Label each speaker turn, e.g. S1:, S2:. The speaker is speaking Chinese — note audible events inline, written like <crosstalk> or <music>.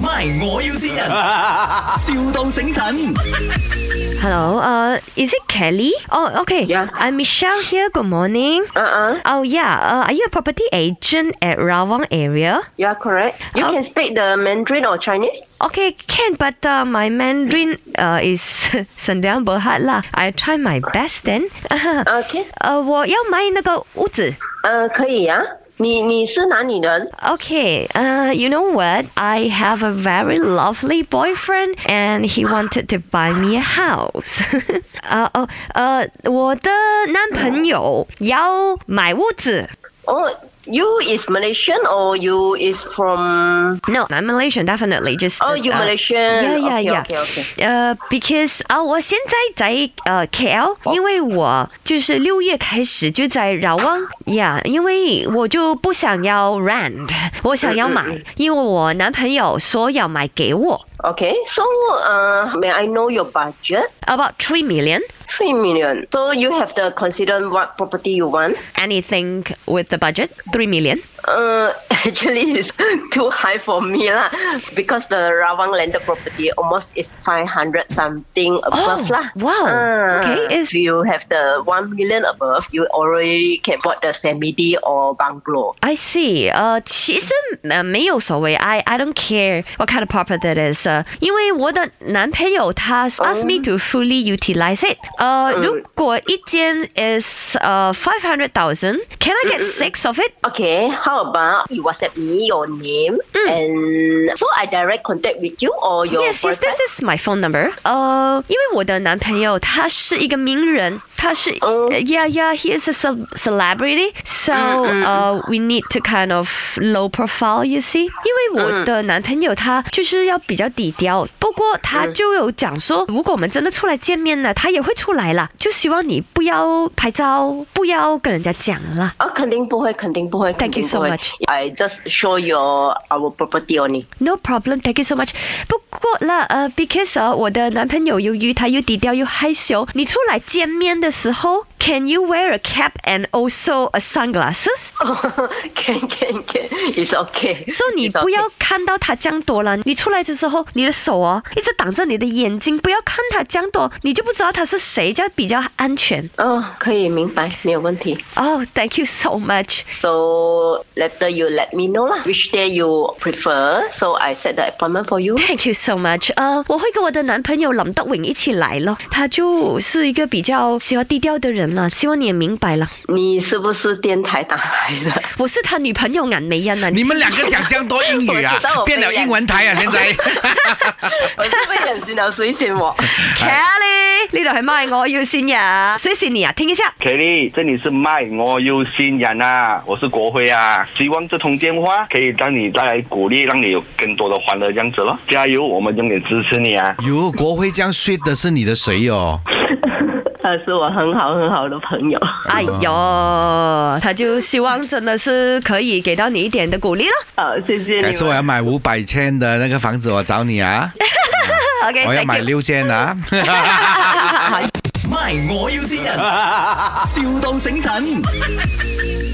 S1: My，我要先
S2: <laughs>
S1: 人，,笑到醒神。
S3: Hello, uh, is it Kelly? Oh, okay.
S4: Yeah.
S3: I'm Michelle here. Good morning.
S4: Uh-uh.
S3: Oh, yeah. Uh, are you a property agent at Rawang area?
S4: Yeah, correct. You
S3: Oh.
S4: can speak the Mandarin or Chinese?
S3: Okay, can, but uh, my Mandarin uh, is <laughs> 沈良 Berhad lah. I try my best then. <laughs>
S4: OK，
S3: 呃，我要买那个屋子。
S4: 呃，Uh, 可以啊。你你是哪里人？
S3: Okay, uh, you know what? I have a very lovely boyfriend, and he wanted to buy me a house. <laughs> 呃哦呃，我的男朋友要买屋子。
S4: 哦、you is Malaysian or you is from?
S3: No, I'm Malaysian, definitely. Just
S4: Oh, you
S3: uh,
S4: Malaysian.
S3: Yeah, yeah,
S4: Okay,
S3: yeah.
S4: okay, okay.
S3: 呃、b e c a u s e 啊、我现在在呃 KL，因
S4: 哦
S3: 为我就是六月开始就在饶旺呀因为我就不想要 rent，我想要买，
S4: 嗯
S3: 因为我男朋友说要买给我
S4: Okay. So, uh, may I know your budget?
S3: ，about three million。
S4: Three million. So you have to consider what property you want.
S3: Anything with the budget three million？
S4: Uh, <laughs> actually, it's too high for me lah because the Rawang landed property almost is five hundred something
S3: Oh,
S4: above lah.
S3: wow.
S4: Ah,
S3: Okay, it's-
S4: if you have the one million above, you already can bought the semi D or bungalow.
S3: I see，呃，其实呃没有所谓，I I don't care what kind of property that is，呃因为我的男朋友他 ask me to fully utilize it，呃，如果一间 is 呃 five hundred thousand，can I get six of it？
S4: Okay, how about you WhatsApp me your name and so I direct contact with you or your
S3: Hmm. Yes, yes,
S4: boyfriend?
S3: this is my phone number. 呃，因为我的男朋友他是一个名人，他是、
S4: 哦
S3: Yeah, yeah, he is a ce- celebrity. So, 呃、we need to kind of low profile, you see. 因为我的男朋友他就是要比较低调，不过他就有讲说，如果我们真的出来见面了，他也会出来啦，就希望你不要拍照，不要跟人家讲啦。
S4: 啊，肯定不会，肯定不会。
S3: Thank you so
S4: 肯定不会
S3: much.
S4: I just show your our property only. <laughs>
S3: No problem, thank you so much. 不过啦，呃，because 啊我的男朋友由于他又低调又害羞，你出来见面的时候，Can you wear a cap and also a sunglasses？
S4: can can can. It's okay.
S3: 所、以你
S4: It's okay.
S3: 不要看到他这样多了。你出来的时候，你的手哦一直挡着你的眼睛，不要看他这样多，你就不知道他是谁，这样比较安全。
S4: 哦，可以明白，没有问题。
S3: Oh, thank you so much.
S4: So later you let me know lah, which day you prefer. So I set the appointment for <laughs> you.
S3: Thank you so much. 呃、我会跟我的男朋友林德荣一起来咯，他就是一个比较喜欢低调的人了，希望你也明白了。
S4: 你是不是电台打来 <laughs> 的？
S3: 我是他女朋友俺梅恩啊，
S2: 你们两个讲这样多英语啊
S4: 我知道，我
S2: 变了
S4: 没人
S2: 英文台啊！现在
S1: <laughs>
S2: <laughs>
S4: 我是被人知道水醒我。
S2: 哎
S3: Kelly 呢度系咪我要先人，所以是你啊，听一下。
S5: Kelly，这里是麦，我有新人啊，我是国辉啊，希望这通电话可以让你带来鼓励，让你有更多的欢乐这样子咯，加油，我们永远支持你啊！
S2: 哟，国徽这样 sweet 的是你的谁哦？
S4: <laughs> 他是我很好很好的朋友。
S2: 嗯
S3: 哎呦，他就希望真的是可以给到你一点的鼓励了。
S4: 好，谢谢
S2: 改
S4: 你
S2: 次我
S4: 们。
S2: 要买五百千的那个房子，我找你啊！
S3: OK，
S2: 我要买
S3: 哎 thank you
S2: 六间啊！ <laughs>
S1: My，我要先人，,笑到醒神。